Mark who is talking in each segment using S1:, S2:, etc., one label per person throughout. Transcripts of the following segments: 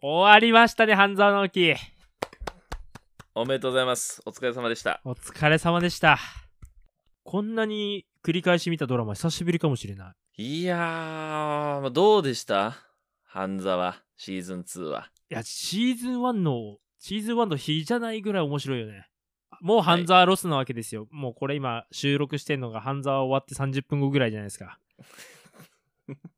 S1: 終わりましたね、半沢直樹。
S2: おめでとうございます。お疲れ様でした。
S1: お疲れ様でした。こんなに繰り返し見たドラマ久しぶりかもしれない。
S2: いやー、どうでした半沢、シーズン2は。
S1: いや、シーズン1の、シーズン1の比じゃないぐらい面白いよね。もう半沢ロスなわけですよ。もうこれ今収録してんのが半沢終わって30分後ぐらいじゃないです か。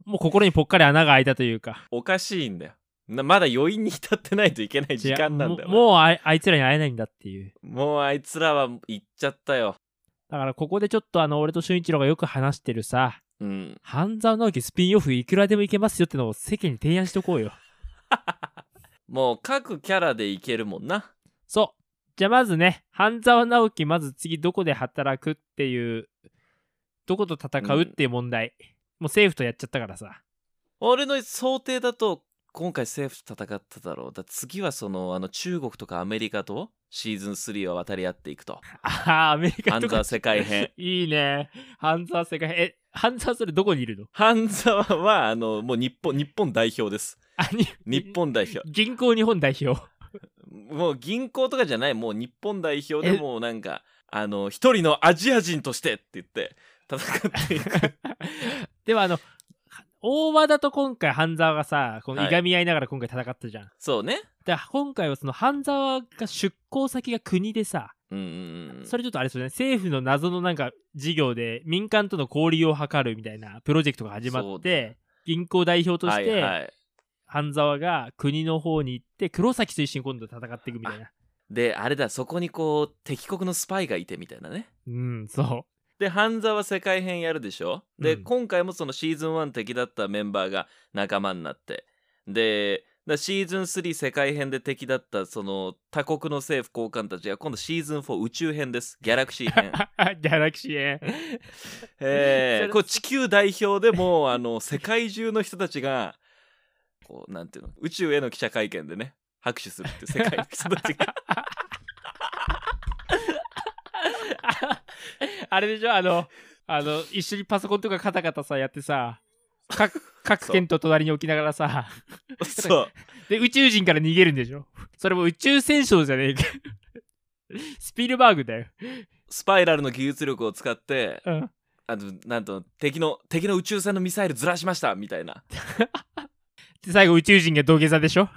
S1: もう心にぽっかり穴が開いたというか。
S2: おかしいんだよ。なまだ余韻に浸ってないといけない時間なんだよ。
S1: もうもうあいあいつらに会えないんだっていう。
S2: もうあいつらは行っちゃったよ。
S1: だからここでちょっとあの、俺と俊一郎がよく話してるさ、
S2: うん。
S1: 半沢直樹スピンオフいくらでもいけますよってのを世間に提案しとこうよ。
S2: もう各キャラで行けるもんな。
S1: そう。じゃあまずね、半沢直樹、まず次どこで働くっていう、どこと戦うっていう問題。もう政府とやっちゃったからさ。
S2: 俺の想定だと、今回政府と戦っただろう。だ次はその、あの、中国とかアメリカとシーズン3は渡り合っていくと。
S1: ああ、アメリカ
S2: 半
S1: とか
S2: 沢。世界編。
S1: いいね。半沢世界編。え、半沢それどこにいるの
S2: 半沢は、あの、もう日本、日本代表です。
S1: あ、に
S2: 日。本代表。
S1: 銀行日本代表。
S2: もう銀行とかじゃない、もう日本代表
S1: え
S2: でもうなんか、あの、一人のアジア人としてって言って、戦ってい く。
S1: でもあの、大和田と今回半沢がさ、このいがみ合いながら今回戦ったじゃん。
S2: そうね。
S1: で、今回はその半沢が出向先が国でさ、
S2: うんうんうん。
S1: それちょっとあれですよね政府の謎のなんか事業で民間との交流を図るみたいなプロジェクトが始まっ
S2: そうだ
S1: て銀行代表とし
S2: はい
S1: て
S2: はい。
S1: 半沢が国の方に行って黒崎と一緒に今度戦っていくみたいな
S2: で、あれだ、そこにこう、敵国のスパイがいてみたいなね。
S1: うん そ
S2: で、半沢世界編やるでしょで、
S1: うん
S2: 今回もそのシーズン1敵だったメンバーが仲間になって。で、だシーズン3世界編で敵だったその他国の政府高官たちが今度シーズン4宇宙編です。ギャラクシー
S1: う。
S2: 編
S1: ギャラクシーへ
S2: え
S1: そ
S2: ー、
S1: れ
S2: こう地球代表でもあの世界中の人たちがこうなんていうの宇宙への記者会見でね拍手するって世界の人た ちが
S1: あれでしょあのあの一緒にパソコンとかカタカタさやってさ 各各県と隣に置きながらさ
S2: そう
S1: で宇宙人から逃げるんでしょそれも宇宙戦争じゃねえか スピルバーグだよ、
S2: スパイラルの技術力を使って
S1: うん
S2: あのなんと敵の敵の宇宙船のミサイルずらしましたみた いな
S1: で最後宇宙人が土下座でしょ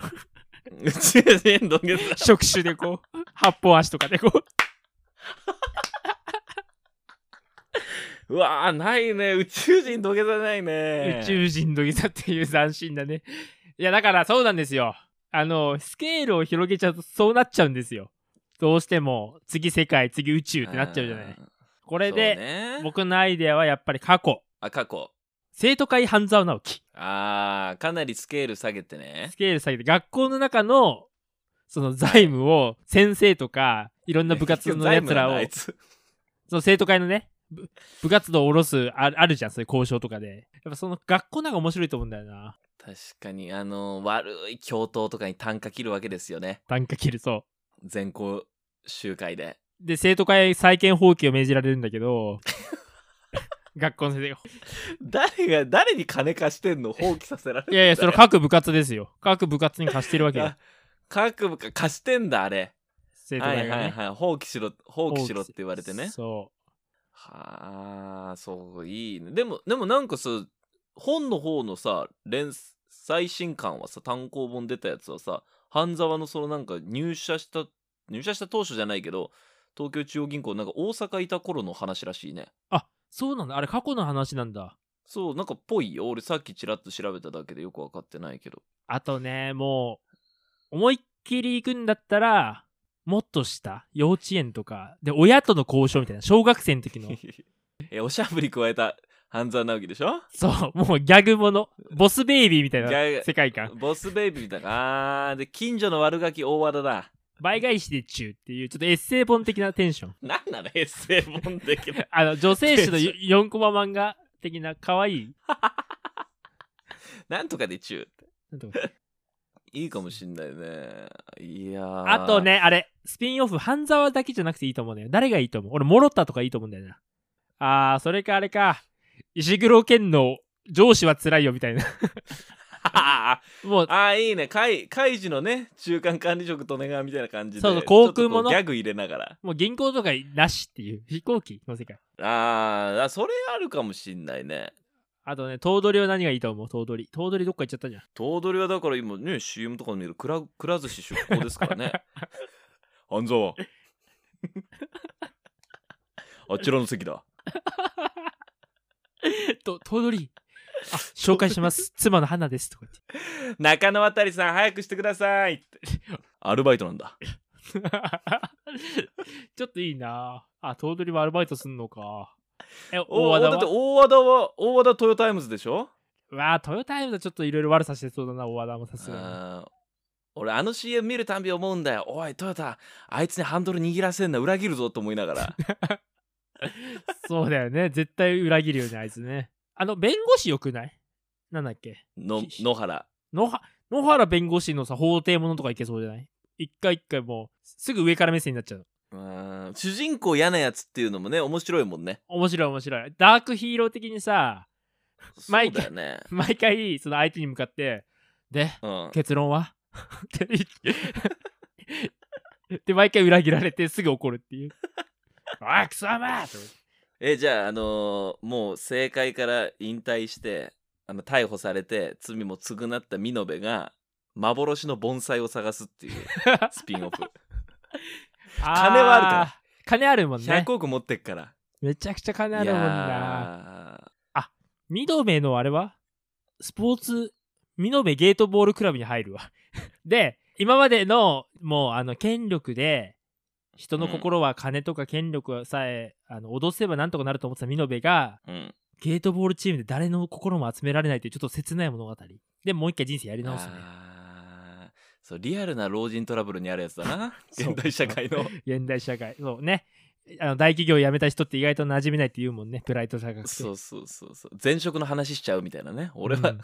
S2: 宇宙人のゲザ
S1: 触手でこう八方足とかでこう
S2: うわーないね宇宙人土下座ないね
S1: 宇宙人土下座っていう斬新だねいやだからそうなんですよあのスケールを広げちゃうとそうなっちゃうんですよどうしても次世界次宇宙ってなっちゃうじゃな
S2: う
S1: い
S2: ん
S1: これ
S2: そ
S1: で、
S2: うね
S1: 僕のアイデアはやっぱり過去
S2: あ過去
S1: 生徒会半沢直樹
S2: あーかなりスケール下げてね
S1: スケール下げて学校の中のその財務を先生とかいろんな部活のやつら
S2: 財務なんだあ
S1: を
S2: いつ
S1: その生徒会のね、ぶ部活動を下ろすあ、あるじゃん、そういう交渉とかで。やっぱその学校なんか面白いと思うんだよな。
S2: 確かにあの悪い教頭とかに単価切るわけですよね
S1: 単価切るそ
S2: 全校集会で
S1: う。で、生徒会再建放棄を命じられるんだけど、学校の先生が。
S2: 誰が誰に金貸して んの放棄させられる
S1: いやいや、それ各部活ですよ。各部活に貸してるわけよ
S2: あ。各部か貸してんだあれ、
S1: 生徒
S2: は
S1: 会
S2: い
S1: が
S2: はい
S1: ね。
S2: はい放棄しろ放棄しろって言われてね
S1: そ
S2: はあそういいねでもでもなんかさ本の方のさ連最新刊はさ単行本出たやつはさ半沢のそのなんか入社した入社した当初じゃないけど東京中央銀行なんか大阪いた頃の話らしいね
S1: う。あ、そうなんだ。あれ過去の話なんだ。
S2: そうなんかっぽいよ俺さっきちらっと調べただけでよく分かってないけど
S1: あとね、もう、思いっきり行くんだったら、もっと下、幼稚園とか、で、親との交渉みたいな、小学生の時の。
S2: えおしゃぶり加えた半沢直樹でしょ
S1: そう、もうギャグもの。ボスベイビーみたい
S2: ギャ
S1: な
S2: グ
S1: 世界観。
S2: ボスベイビーみたいなあーで近所の悪ガキ大和田だ
S1: 倍返しで中っていう、ちょっとエッセイ本的なテンション。
S2: なんなのエッセイ本的な
S1: あの、女性誌の4コマ漫画的な可愛い。
S2: なんとかで中って
S1: なんとか
S2: いいかもしんないねいやー
S1: あとね、あれ、スピンオフ、半沢だけじゃなくていいと思うんだよ。誰がいいと思う俺、モロッタとかいいと思うんだよな。あー、それかあれか。石黒剣の上司は辛いよみたいな。
S2: あ
S1: もう
S2: あいいねカイカイジのね中間管理職と願いみたいな感じで
S1: そうそう航空
S2: ちょっとこ
S1: もの
S2: ギャグ入れながら
S1: もう銀行とかなしっていう飛行機の世界
S2: あーあそれあるかもしんないね
S1: あとね頭取は何がいいと思う頭取頭取どっか行っちゃったじゃん
S2: 頭取はだから今ね CM とかで見るくらくら寿司出向ですからね 半 沢あちらの席だ
S1: と頭取あ紹介し ます妻の花ですとか
S2: 中野渡さん早くしてくださいってアルバイトなんだ
S1: 言って ちょっといいなあ頭取もアルバイトすんのかえ大
S2: お
S1: 和田
S2: だって
S1: は
S2: 大和田は大和田トヨタイムズでしょ
S1: うわあトヨタイムズはちょっといろいろ悪さしてそうだな大和田もさすがに
S2: あー俺あの CM 見るたんび思うんだよおいトヨタあいつにハンドル握らせんな裏切るぞと思いなが ら
S1: そうだよね絶対裏切るよねあいつねあの弁護士よくないなんだっけ
S2: の野原
S1: 野は野原弁護士のさ法廷ものとかいけそうじゃない一回一回もうすぐ上から目線になっちゃう
S2: うーん主人公嫌なやつっていうのもね面白いもんね
S1: 面白い面白いダークヒーロー的にさ
S2: そ
S1: マイ
S2: う
S1: ケ
S2: だよね
S1: 毎回その相手に向かってで
S2: うん
S1: 結論は って言ってで毎回裏切られてすぐ怒るっていう「おいクソお前!」と思って
S2: えじゃああのーもう政界から引退してあの逮捕されて罪も償った美濃部が幻の盆栽を探すっていうスピンオ フ金はあるから
S1: ー金あるもんね
S2: 100億持ってっから
S1: めちゃくちゃ金あ
S2: い
S1: るもんな
S2: やー
S1: ミノベのあれはスポーツミノベゲートボールクラブに入るわ で今までのもうあの権力で人の心は金とか権力さえ、あの脅せばなんとかなると思ってたミノベが
S2: うん
S1: ゲートボールチームで誰の心も集められないというちょっと切ない物語でもう一回人生やり直すね
S2: あーそうリアルな老人トラブルにあるやつだ な現代社会の
S1: 現代社会そうねあの大企業辞めた人って意外と馴染めないって言うもんねプライド高くて
S2: そうそうそうそう前職の話しちゃうみたいなね俺
S1: う
S2: は
S1: ん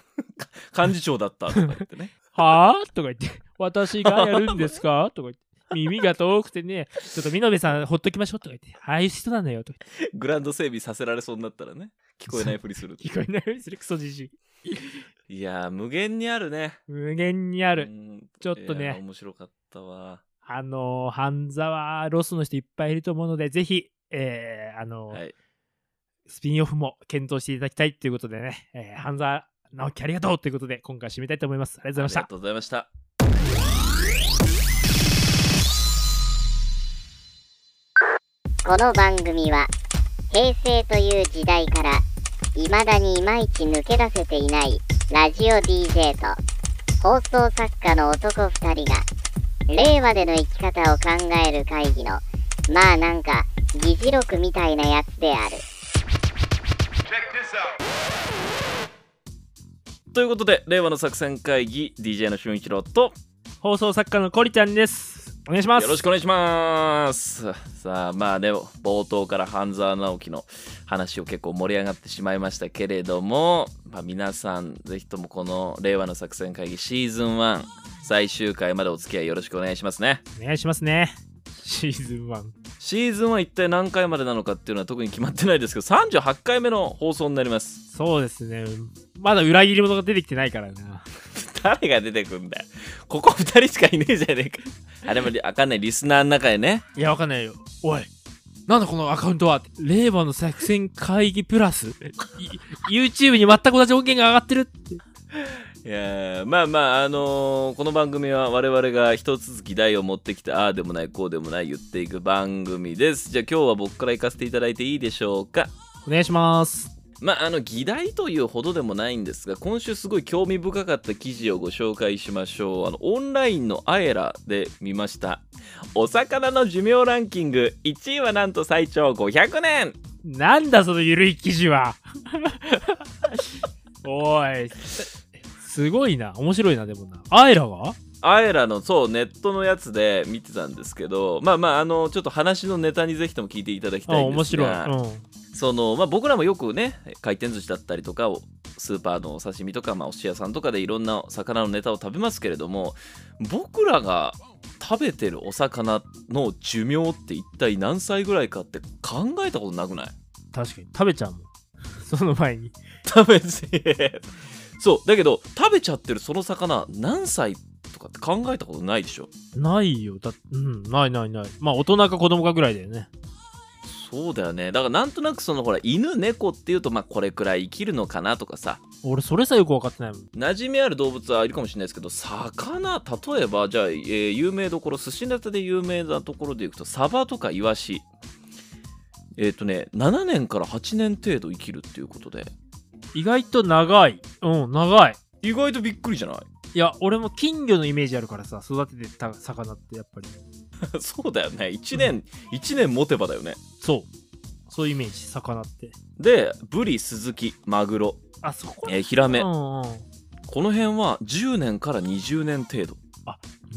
S2: 幹事長だったとか言ってね
S1: はあとか言って、私がやるんですかとか言って。耳が遠くてね、ちょっとみのべさんほっときましょうとか言って、ああいう人なのよとか
S2: グラウンド整備させられそうになったらね聞 こえないふりす
S1: 言
S2: る
S1: って聞こえないようにするクソじじい。
S2: いやー無限にあるね
S1: 無限にあ
S2: う
S1: る。
S2: ん
S1: ちょっとね
S2: いやー面白かったわ
S1: あのー、半沢ロスの人いっぱいいると思うので、ぜひ、えー、あのー
S2: はい
S1: スピンオフも検討していただきたいということでね、えー、半沢直樹ありがとうということで、今回は締めたいと思います。ありがとう
S2: あ
S1: ご
S2: り
S1: ざい
S2: が
S1: ました。
S2: とうございました
S3: この番組は平成という時代から未だにいまいち抜け出せていないラジオ DJ と放送作家の男2人が令和での生き方を考える会議のまあなんか議事録みたいなやつである。
S2: ということで令和の作戦会議 DJ の俊一郎と
S1: 放送作家のコリちゃんです。お願いします。
S2: よろしくお願いしますさあまあね冒頭から半沢直樹の話を結構盛り上がってしまいましたけれども、まあ、皆さんぜひともこの「令和の作戦会議シーズン1」最終回までお付き合いよろしくお願いしますね
S1: お願いしますね。シーズン1。
S2: シーズンは一体何回までなのかっていうのは特に決まってないですけど38回目の放送になります
S1: そうですね。まだ裏切り者が出てきてないからな。
S2: 誰が出てくんだよここ2人しかいねえじゃねえかあれもわかんないリスナーの中でね
S1: いや、わかんないよ。おい、なんだこのアカウントはって令和の作戦会議プラスい ?YouTube に全く同じ音源が上がってるって。
S2: いやーまあまああのーこの番組は我々が一続き題を持ってきてああでもないこうでもない言っていく番組ですじゃあ今日は僕から行かせていただいていいでしょうか
S1: お願いします。
S2: まああの議題というほどでもないんですが今週すごい興味深かった記事をご紹介しましょうあのオンラインのアエラで見ましたお魚の寿命ランキング1位はなんと最長500年
S1: なんだそのゆるい記事 は。おい、すごいな。面白いな、でもな。アイラが
S2: アエラのそうネットのやつで見てたんですけどまあまああのちょっと話のネタにぜひとも聞いていただき
S1: あ、
S2: たいん
S1: 面
S2: です
S1: 白い。
S2: が
S1: うん。
S2: その、まあ、僕らもよくね回転寿司だったりとかをスーパーのお刺身とか、まあ、お寿司屋さんとかでいろんな魚のネタを食べますけれども僕らが食べてるお魚の寿命って一体何歳ぐらいかって考えたことなくない
S1: 確かに。食べちゃうもん。その前に。
S2: 食べてそうだけど食べちゃってるその魚何歳とかって考えたことないでしょ
S1: ないよ。だうん、ないないない。まあ、大人か子供かぐらいだよね。
S2: そうだよねだからなんとなくそのほら犬猫っていうとまあこれくらい生きるのかなとかさ
S1: 俺、それさえよく分かってないもん。
S2: 馴染みある動物はいるかもしれないですけど魚例えばじゃあ、えー有名どころ寿司ネタで有名なところでいくとサバとかイワシえっ、とね7年から8年程度生きるっていうことで
S1: 意外と長い。うん、長い。
S2: 意外とびっくりじゃない
S1: いや、俺も金魚のイメージあるからさ、育ててた魚ってやっぱり。
S2: そうだよね1年、一年持てばだよね
S1: そう。そういうイメージ、魚って。
S2: でブリスズキマグロ、
S1: あ、そこら
S2: えーヒラメ、
S1: うんうん。
S2: この辺は10年から20年程度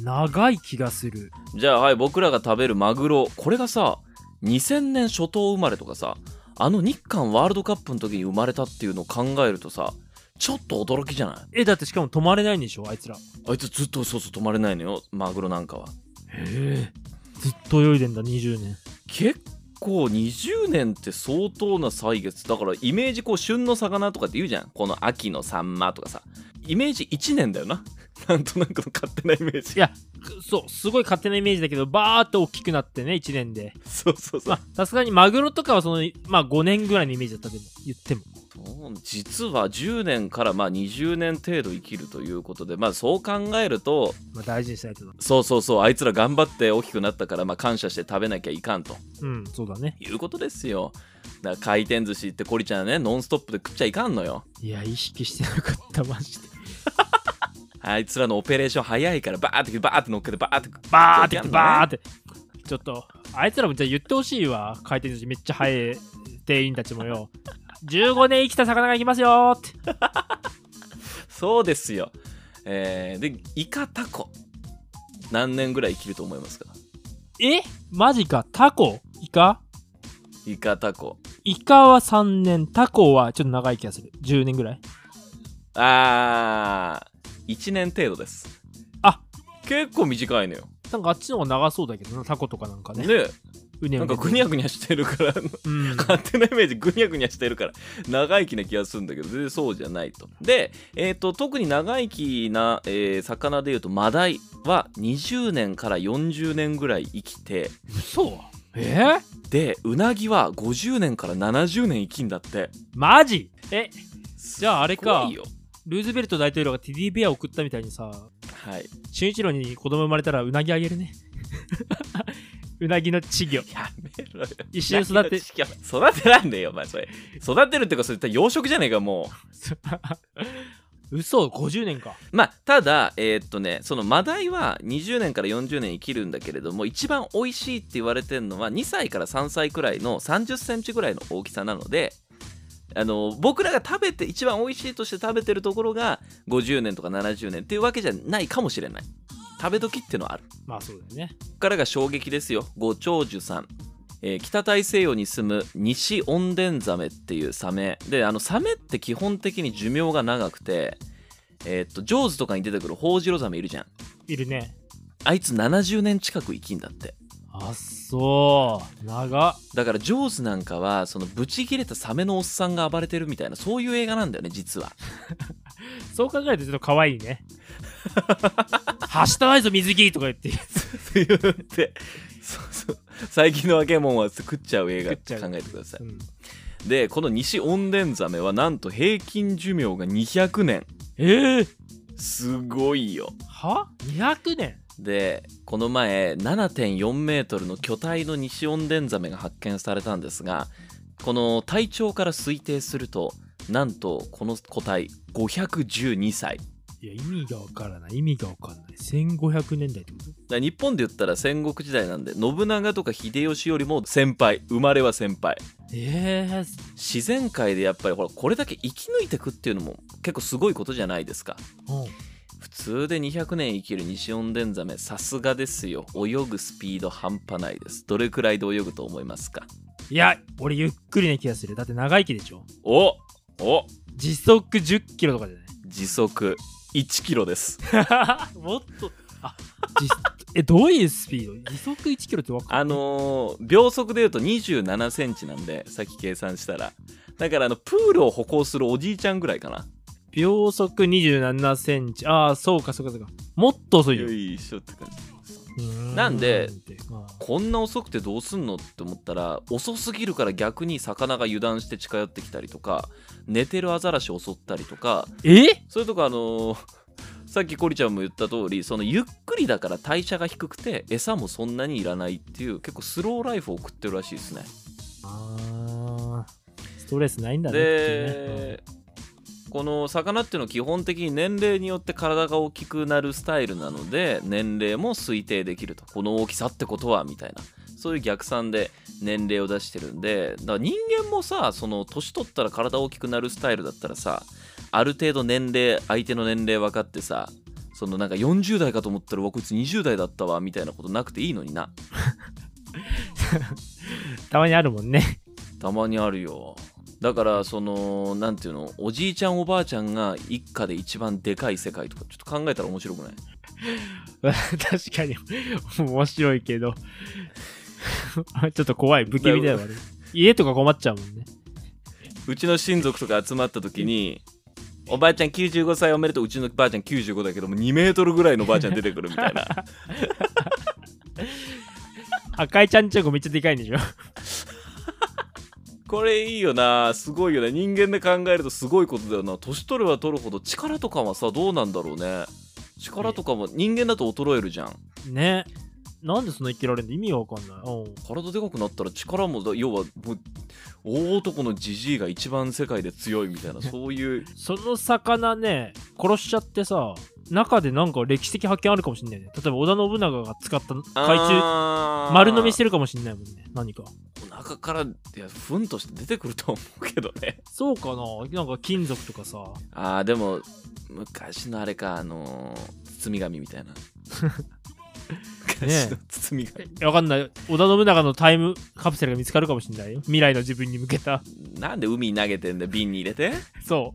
S1: 長い気がする。
S2: じゃあはい僕らが食べるマグロこれがさ2000年初頭生まれとかさあの日韓ワールドカップの時に生まれたっていうのを考えるとさちょっと驚きじゃない
S1: え、だってしかも止まれないんでしょ、あいつら。へ
S2: あいつずっとそうそう止まれないのよマグロなんかは
S1: え。ずっと泳いでんだ、20年。
S2: 結構20年って相当な歳月だからイメージこう旬の魚とかって言うじゃんこの秋のサンマとかさイメージ1年だよな なんとなくの勝手なイメージ
S1: いやくそう、すごい勝手なイメージだけど、バーっと大きくなってね、1年で。
S2: そうそうそう
S1: まあ、さすがにマグロとかはその、まあ5年ぐらいのイメージだったけど、言っても。
S2: そう実は10年からまあ20年程度生きるということで、まあ、そう考えると
S1: まあ大事にしないとだ。
S2: そうそうそうあいつら頑張って大きくなったから、まあ、感謝して食べなきゃいかんと
S1: うん、そうだね。
S2: いうことですよだから回転寿司ってコリちゃんねノンストップで食っちゃいかんのよ
S1: いや、意識してなかった、マジで。
S2: あいつらのオペレーション早いからバーってバーって乗っけてバーって
S1: バーって
S2: 食っちゃいかんのね
S1: バーって。ちょっと、あいつらもじゃあ言ってほしいわ。回転寿司めっちゃ早い店員たちもよ。15年生きた魚がいきますよーって。
S2: そうですよえー、でイカタコ何年ぐらい生きると思いますか
S1: えマジか。タコイカ
S2: イカタコ
S1: イカは3年、タコはちょっと長い気がする。10年ぐらい。
S2: あー1年程度です
S1: あ
S2: 結構短いのよ
S1: なんかあっちの方が長そうだけどな、タコとかなんかね。
S2: ね
S1: うね
S2: な
S1: うんね
S2: かぐにゃぐにゃしてる から
S1: うん。
S2: 勝手なイメージぐにゃぐにゃしてるから長生きな気がするんだけど全然そうじゃないとで、えー、と特に長生きな、えー魚でいうとマダイは20年から40年ぐらい生きて
S1: そうえー
S2: でウナギは50年から70年生きんだって
S1: マジえじゃああれか
S2: すごいよ
S1: ルーズベルト大統領がテディベアを送ったみたいにさ
S2: はい
S1: 俊一郎に子供生まれたらうなぎあげるね うなぎの稚魚
S2: やめろよ
S1: 一緒に育て
S2: 育てらんねえよお前それ育てるっていうかそれ養殖じゃねえかも う
S1: 嘘50年か
S2: まあただえーっとねそのマダイは20年から40年生きるんだけれども一番美味しいって言われてるのは2歳から3歳くらいの3 0ンチぐらいの大きさなのであの僕らが食べて一番美味しいとして食べてるところが50年とか70年っていうわけじゃないかもしれない食べ時っていうのはある
S1: まあそうだよね
S2: ここからが衝撃ですよご長寿さん、えー北大西洋に住む西オンデンザメっていうサメであのサメって基本的に寿命が長くてえーっとジョーズとかに出てくるホウジロザメいるじゃん
S1: いるね
S2: あいつ70年近く生きんだって
S1: あそう長っ
S2: だからジョーズなんかはそのブチ切れたサメのおっさんが暴れてるみたいなそういう映画なんだよね実は
S1: そう考えるとちょっと可愛いねはしたないぞ水着とか言って
S2: 言ってそうそう最近の若者は食っちゃう映画って
S1: 食っ
S2: 考
S1: ちゃう
S2: えてください
S1: うん
S2: でこの西オンデンザメはなんと平均寿命が200年
S1: ええ
S2: すごいよ
S1: は200年
S2: でこの前7.4メートルの巨体の西オンデンザメが発見されたんですがこの体長から推定するとなんとこの個体512歳
S1: いや意味がわからない意味がわかんない1500年代ってこと
S2: だから日本で言ったら戦国時代なんで信長とか秀吉よりも先輩生まれは先輩
S1: ええ
S2: 自然界でやっぱりほらこれだけ生き抜いてくっていうのも結構すごいことじゃないですか
S1: うん
S2: 普通で200年生きる西オンデンザメさすがですよ泳ぐスピード半端ないですどれくらいで泳ぐと思いますか
S1: いや、俺ゆっくりな気がする。だって長生きでしょ。
S2: おお
S1: 時速10キロとかじ
S2: 時速1キロです
S1: ゃない もっと。あ時え、どういうスピード時速1キロってわか
S2: あのー秒速でいうと2 7センチなんでさっき計算したらだからあのプールを歩行するおじいちゃんぐらいかな
S1: 秒速27センチ。ああ、そうか、そうか、そうか。もっと遅いよ。
S2: よ
S1: う
S2: いしょって感じ
S1: ーん
S2: なんで
S1: ってまあ
S2: こんな遅くてどうすんのって思ったら遅すぎるから逆に魚が油断して近寄ってきたりとか寝てるアザラシを襲ったりとか
S1: え
S2: それとかあのー さっきコリちゃんも言った通りそのゆっくりだから代謝が低くて餌もそんなにいらないっていう結構スローライフを送ってるらしいですね
S1: ああ、ストレスないんだね。
S2: でこの魚っていうのは基本的に年齢によって体が大きくなるスタイルなので年齢も推定できるとこの大きさってことはみたいなそういう逆算で年齢を出してるんでだから人間もさその年取ったら体大きくなるスタイルだったらさある程度年齢相手の年齢分かってさそのなんか40代かと思ったらうわこいつ20代だったわみたいなことなくていいのにな
S1: うんたまにあるもんね。
S2: たまにあるよだからそのなんていうのおじいちゃんおばあちゃんが一家で一番でかい世界とかちょっと考えたら面白くない
S1: 確かに、面白いけど。 ちょっと怖い、不気味だよ、あれ家とか困っちゃうもんね。
S2: うちの親族とか集まった時におばあちゃん95歳おめでとううちのばあちゃん95だけども2メートルぐらいのばあちゃん出てくるみた いな
S1: 赤いちゃんちゃんこめっちゃでかいんでしょ。
S2: これいいよなすごいよね人間で考えるとすごいことだよな年取れば取るほど力とかはさどうなんだろうね力とかも人間だと衰えるじゃん
S1: ね。なんでそんな生きられんの意味がわかんない。うん
S2: 体でかくなったら力もだ要はもう大男のジジイが一番世界で強いみたいなそういう
S1: その魚ね、殺しちゃってさ、中でなんか歴史的発見あるかもしんないね。例えば織田信長が使った海中、
S2: 中
S1: 丸飲みしてるかもしんないもんね。何か。
S2: 中からいやフンとして出てくると思うけどね
S1: そうかななんか金属とかさ。
S2: あーでも昔のあれかあのー包み紙みた いな昔の包み紙、
S1: えわかんない。織田信長のタイムカプセルが見つかるかもしんないよ。未来の自分に向けた。
S2: なんで海に投げてんだよ瓶に入れて
S1: そ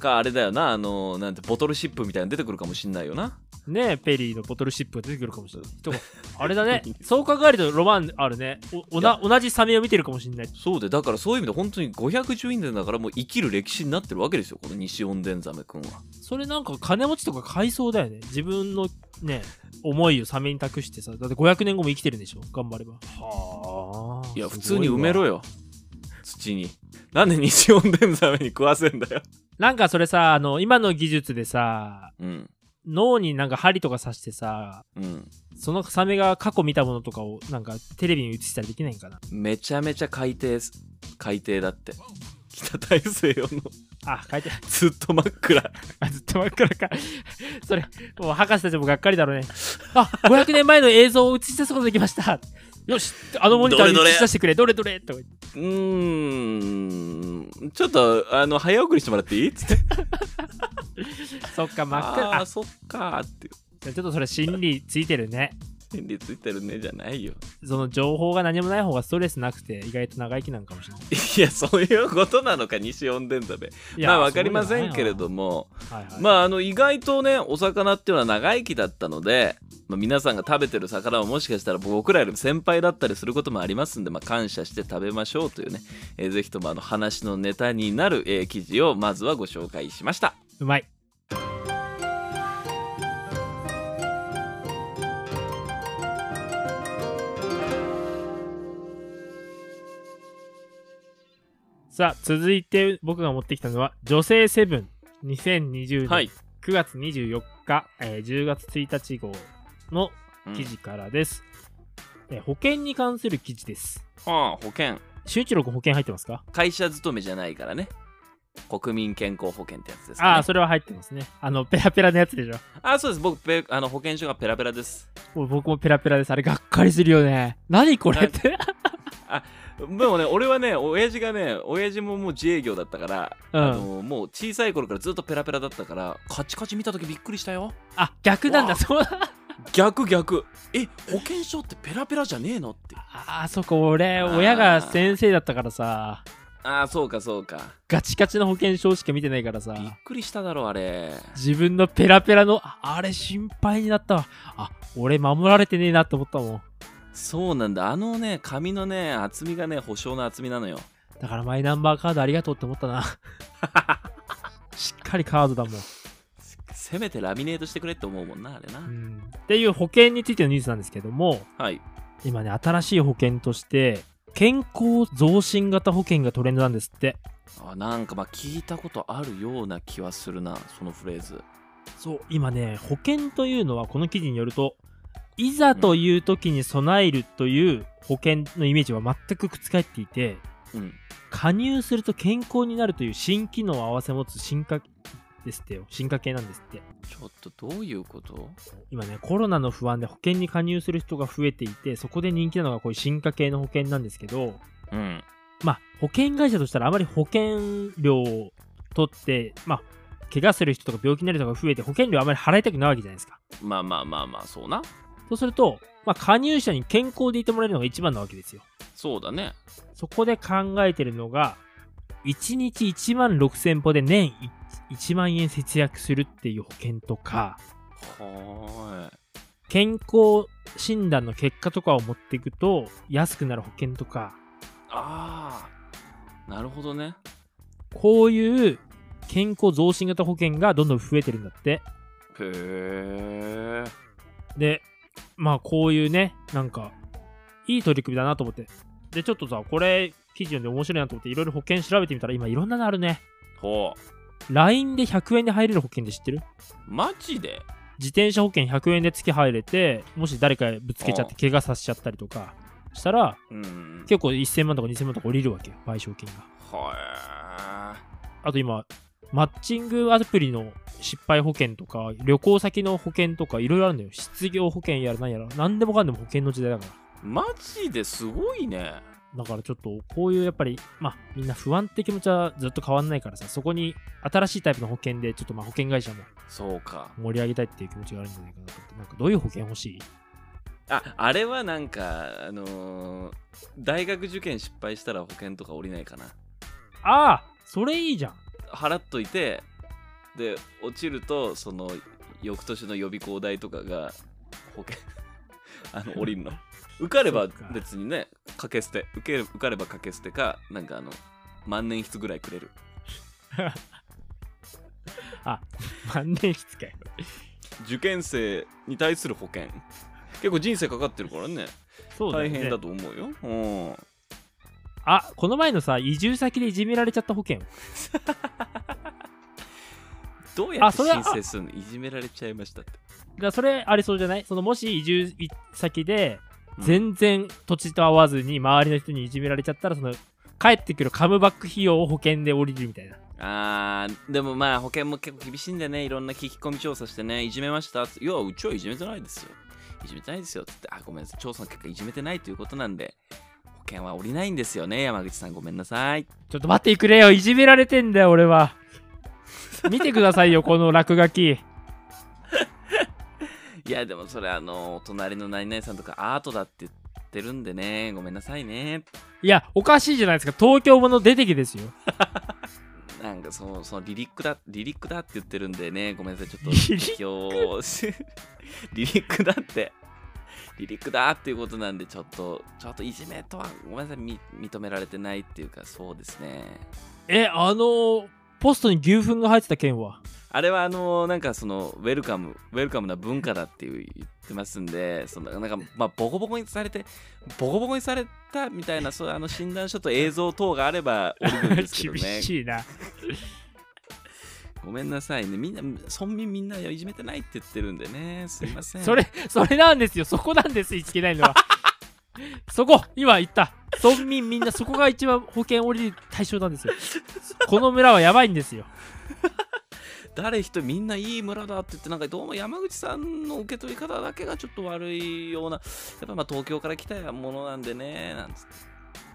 S2: かあれだよなあのーなんてボトルシップみたいなの出てくるかもしんないよな
S1: う。ねペリーのボトルシップが出てくるかもしれない。とかあれだね。そう考えるとロマンあるね。おおない同じサメを見てるかもしんない。
S2: そうでだからそういう意味で本当に510因伝だからもう生きる歴史になってるわけですよこの西オンデンザメくんは
S1: それなんか金持ちとか買いそうだよね。自分のね、思いをサメに託してさ。だって500年後も生きてるんでしょ頑張れば。はあ。
S2: いや普通に埋めろよ土になんで西オンデンザメに食わせんだよ
S1: なんかそれさ、あの、今の技術でさ、
S2: うん
S1: 脳になんか針とか刺してさ、
S2: うん
S1: そのサメが過去見たものとかをなんかテレビに映したりできないんかな。
S2: めちゃめちゃ海底す海底だって北大西洋の
S1: あ、書いて
S2: ずっと真っ暗
S1: あ、ずっと真っ暗か。 それ、もう博士たちもがっかりだろうね。あ、500年前の映像を映し出すことできました。よし、あのモニターに
S2: どれどれ
S1: 映し出してくれ、どれどれとか言って
S2: うーんちょっとあの早送りしてもらっていいつって
S1: そっか、真っ
S2: あ
S1: 暗。
S2: あ
S1: あ
S2: ー、そっかーっていう
S1: ちょっとそれ心理ついてるね。
S2: 心理ついてるねじゃないよ
S1: その情報が何もない方がストレスなくて、意外と長生きなんかもしれない。
S2: いやそういうことなのか西オンデンザメ
S1: い
S2: まあ分かりませんけれど
S1: も。
S2: も
S1: はいはい、
S2: まああの意外とねお魚っていうのは長生きだったので、まあ、皆さんが食べてる魚ももしかしたら僕らよりも先輩だったりすることもありますんで、まあ、感謝して食べましょうというね、えーぜひともあの話のネタになる、えー記事をまずはご紹介しました
S1: うまい。さあ、続いて僕が持ってきたのは、女性セブン2020
S2: は
S1: 年
S2: い、
S1: 9月24日、えー10月1日号の
S2: うん
S1: 記事からです、えー保険に関する記事です。
S2: はあ保険
S1: 周一郎君保険入ってますか
S2: 会社勤めじゃないからね国民健康保険ってやつですか、ね、
S1: ああ、それは入ってますね。あの、ペラペラのやつでしょ。
S2: あそうです僕ペあの保険証がペラペラです
S1: もう僕もペラペラです。あれ、がっかりするよね。何これって。
S2: でもね俺はね親父がね親父ももう自営業だったから、
S1: うん
S2: あのもう小さい頃からずっとペラペラだったからカチカチ見た時びっくりしたよ
S1: あ、逆なんだ。
S2: わ
S1: そう。
S2: 逆逆え保険証ってペラペラじゃねえのって
S1: ああ、そこ俺、
S2: あー
S1: 親が先生だったからさ、
S2: ああそうかそうか
S1: ガチガチの保険証しか見てないから
S2: びっ
S1: さ、
S2: くりしただろあれ
S1: 自分のペラペラの、ああれ心配になったわ。あ、俺守られてねえなって思ったもん。
S2: そうなんだあのね紙のね厚みがね保証の厚みなのよ
S1: だからマイナンバーカードありがとうって思ったな。かりカードだもん、
S2: せめてラミネートしてくれって思うもんなあれな、
S1: うんっていう保険についてのニュースなんですけども
S2: はい
S1: 今ね新しい保険として健康増進型保険がトレンドなんですって
S2: あなんかまあ聞いたことあるような気はするなそのフレーズ
S1: そう今ね保険というのはこの記事によるといざという時に備えるという保険のイメージは全く覆っていて
S2: うん
S1: 加入すると健康になるという新機能を併せ持つ進化ですってよ進化系なんですって
S2: ちょっとどういうこと
S1: 今ねコロナの不安で保険に加入する人が増えていてそこで人気なのがこういう進化系の保険なんですけど
S2: うん
S1: まあ保険会社としたらあまり保険料を取ってまあ怪我する人とか病気になる人が増えて保険料あまり払いたくないわけじゃないですか
S2: まあまあまあまあそうな
S1: そうすると、まあ、加入者に健康でいてもらえるのが一番なわけですよ。
S2: そうだね
S1: そこで考えてるのが、1日1万6000歩で年 1, 1万円節約するっていう保険とか、
S2: は
S1: 健康診断の結果とかを持っていくと安くなる保険とか、
S2: ーいああなるほどね
S1: こういう健康増進型保険がどんどん増えてるんだって。
S2: へえ
S1: で、まあこういうね、なんか、いい取り組みだなと思って。で、ちょっとさ、これ記事読んで面白いなと思っていろいろ保険調べてみたら今いろんなのあるね。
S2: ほ
S1: LINE で100円で入れる保険で知ってる
S2: うマジで
S1: 自転車保険100円で月入れてもし誰かぶつけちゃって怪我させちゃったりとかしたら
S2: うん
S1: 結構1000万とか2000万とか降りるわけよ賠償金が
S2: は
S1: あと今マッチングアプリの失敗保険とか旅行先の保険とかいろいろあるんだよ失業保険やら何やら何でもかんでも保険の時代だから
S2: えマジですごいね
S1: だからちょっとこういうやっぱりまあみんな不安って気持ちはずっと変わんないからさそこに新しいタイプの保険でちょっとまあ保険会社も
S2: そうか
S1: 盛り上げたいっていう気持ちがあるんじゃないかなと思ってなんかどういう保険欲しい
S2: ああれはなんかあのー大学受験失敗したら保険とか降りないかな
S1: ああそれいいじゃん
S2: 払っといてで落ちるとその翌年の予備校代とかが保険 あの降りるの受かれば
S1: そっか
S2: 別にね掛け捨て受ける受かれば掛け捨てかなんかあの万年筆ぐらいくれる
S1: あ万年筆かよ
S2: 受験生に対する保険結構人生かかってるからね
S1: そうだ
S2: 大
S1: よね
S2: 変だと思うようん
S1: あこの前のさ移住先でいじめられちゃった保険
S2: どうや
S1: あ
S2: って
S1: それは
S2: 申請するのいじめられちゃいましたって
S1: だそれありそうじゃないそのもし移住先で
S2: うん
S1: 全然土地と合わずに周りの人にいじめられちゃったらその帰ってくるカムバック費用を保険で降りるみたいな
S2: あーでもまあ保険も結構厳しいんでねいろんな聞き込み調査してねいじめましたっていやうちはいじめてないですよいじめてないですよって言ってあごめんなさい調査の結果いじめてないということなんで保険は降りないんですよね山口さんごめんなさい
S1: ちょっと待ってくれよいじめられてんだよ俺は見てくださいよこの落書き
S2: いやでもそれあのお隣の何々さんとかアートだって言ってるんでねごめんなさいね
S1: いやおかしいじゃないですか東京もの出てきですよ
S2: なんかそうそのリリックだリリックだって言ってるんでねごめんなさいちょっと
S1: リリック
S2: 適応しリリックだってリリックだっていうことなんでちょっとちょっといじめとはごめんなさいみ認められてないっていうかそうですね
S1: えあのーポストに牛糞が入ってた件は
S2: あれはあのなんかそのウェルカムウェルカムな文化だっていう言ってますんでそのなんかまあボコボコにされてボコボコにされたみたいなそういうあの診断書と映像等があ ればおるんですけど
S1: 厳
S2: ね
S1: しいな
S2: ごめんなさいねみんな村民みんないじめてないって言ってるんでねすいません
S1: それ、それなんですよ。そこなんです、いけないのは。そこ、今言った。村民みんなそこが一番保険降りる対象なんですよ。この村はやばいんですよ。
S2: 誰一人みんないい村だって言ってなんかどうも山口さんの受け取り方だけがちょっと悪いようなやっぱまあ東京から来たものなんでねなんつってや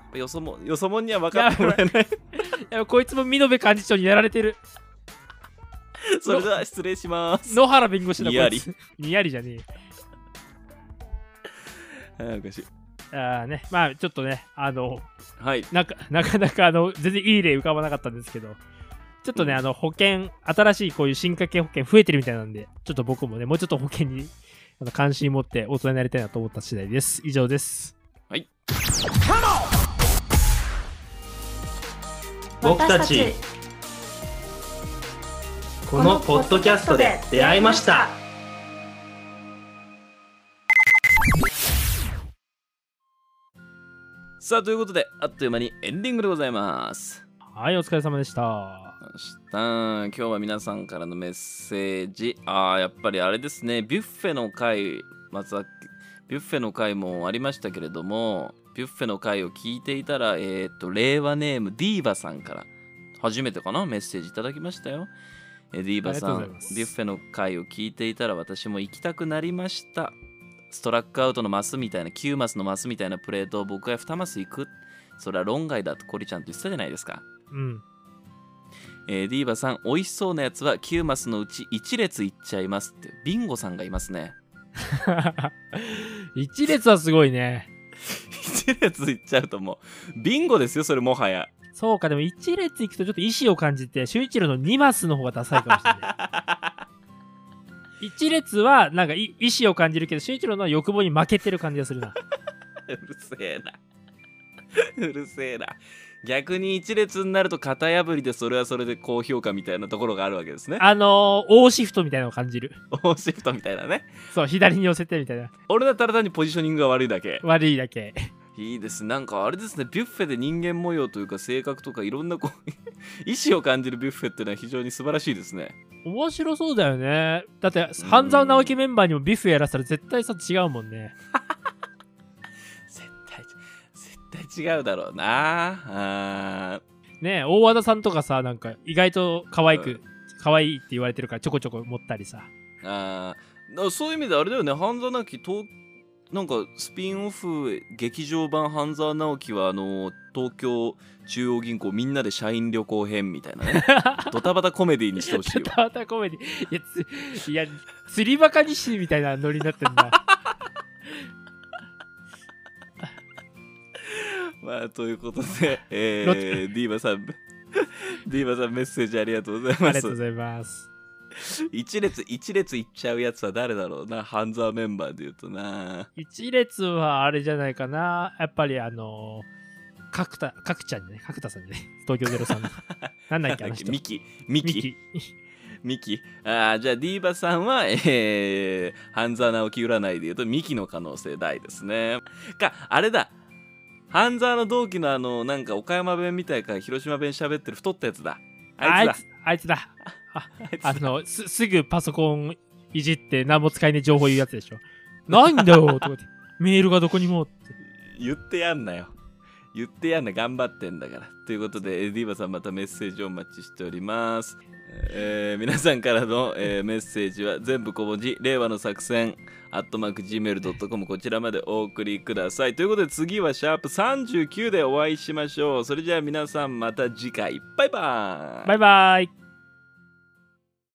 S2: っぱよそもよそもんには分かってもらえない
S1: やばこいつも見延幹事長にやられてる。
S2: それでは失礼します
S1: 野原弁護士だ、
S2: に
S1: こ
S2: や
S1: い
S2: り
S1: つ。にやりじゃね
S2: あーおかしい
S1: え。あーね、まあちょっとね、あの、
S2: はい
S1: なんか なかなかあの、全然いい例浮かばなかったんですけど、ちょっとね、
S2: うん
S1: あの、保険、新しいこういう進化系保険増えてるみたいなんで、ちょっと僕もね、もうちょっと保険に あの関心持って大人になりたいなと思った次第です。以上です。
S4: 僕たちこのポッドキャストで出会いました
S2: さあということであっという間にエンディングでございます
S1: はい、お疲れ様でした。
S2: そした今日は皆さんからのメッセージああやっぱりあれですねビュッフェの回松崎ビュッフェの回もありましたけれどもビュッフェの回を聞いていたらえーっと令和ネームディーバさんから初めてかなメッセージいただきましたよえーディーバさ
S1: ありがとうんございます
S2: ビュッフェの回を聞いていたら私も行きたくなりましたストラックアウトのマスみたいな9マスのマスみたいなプレートを僕が2マス行くそれは論外だとコリちゃんと言ってたじゃないですか
S1: うん。
S2: えーディーバさん美味しそうなやつは9マスのうち1列いっちゃいますってビンゴさんがいますね
S1: 一列はすごいね。
S2: 1列いっちゃうともうビンゴですよそれもはや
S1: そうか、でも一列行くとちょっと意志を感じて、周一郎の2マスの方がダサいかもしれない。 一列は、なんかい意志を感じるけど、周一郎のは欲望に負けてる感じがするな。
S2: うるせえなうるせえな逆に1列になると型破りでそれはそれで高評価みたいなところがあるわけですね
S1: あのー、オーシフトみたいなのを感じる。
S2: オーシフトみたいなね
S1: そう、左に寄せてみたいな。
S2: 俺はただ単にポジショニングが悪いだけ
S1: 悪いだけ。
S2: いいですなんかあれですねビュッフェで人間模様というか性格とかいろんなこう 意思を感じるビュッフェっていうのは非常に素晴らしいですね
S1: 面白そうだよね。だって、半沢直樹メンバーにもビュッフェやらせたら絶対さ、違うもんね。
S2: 絶対絶対違うだろうなあ
S1: ねえ大和田さんとかさ、なんか、意外と可愛
S2: う
S1: く、可愛いって言われてるから、ちょこちょこ持ったりさ。
S2: ーあーだからそういう意味であれだよね半沢直樹東なんかスピンオフ劇場版半沢直樹はあの東京中央銀行みんなで社員旅行編みたい なねドタバタコメディにしてほしいわ
S1: タワタコメディいやついや釣りバカにしみたいなノリになって んだ
S2: まあということで、えー、ディーバさん ディーバさんメッセージありがとうござい
S1: あ
S2: ま
S1: りが
S2: す
S1: とうございます
S2: 一列一列いっちゃうやつは誰だろうな半沢メンバーで言うとな
S1: 一列はあれじゃないかなやっぱりあの角田角ちゃんね角田さんね東京ゼ ロさんのなんだっけあの人
S2: ミキミ
S1: ミ
S2: キミキあーじゃあディーバさんは、えー、半沢直樹占いで言うとミキの可能性大ですねかあれだ半沢の同期のあのなんか岡山弁みたいか広島弁喋ってる太ったやつだあ
S1: あ
S2: い
S1: い
S2: つ
S1: つあいつだ
S2: だあいつ
S1: あ
S2: だ
S1: のすすぐパソコンいじって何も使えねえ情報言うやつでしょないんだよとか言ってメールがどこにもって
S2: 言ってやんなよ言ってやんな頑張ってんだからということでえーディーバさんまたメッセージをお待ちしております、えー皆さんからの、えーメッセージは全部小文字令和の作戦アットマーク Gmail.com こちらまでお送りくださいということで次はシャープ39でお会いしましょうそれじゃあ皆さんまた次回バイバーイ
S1: バイバイ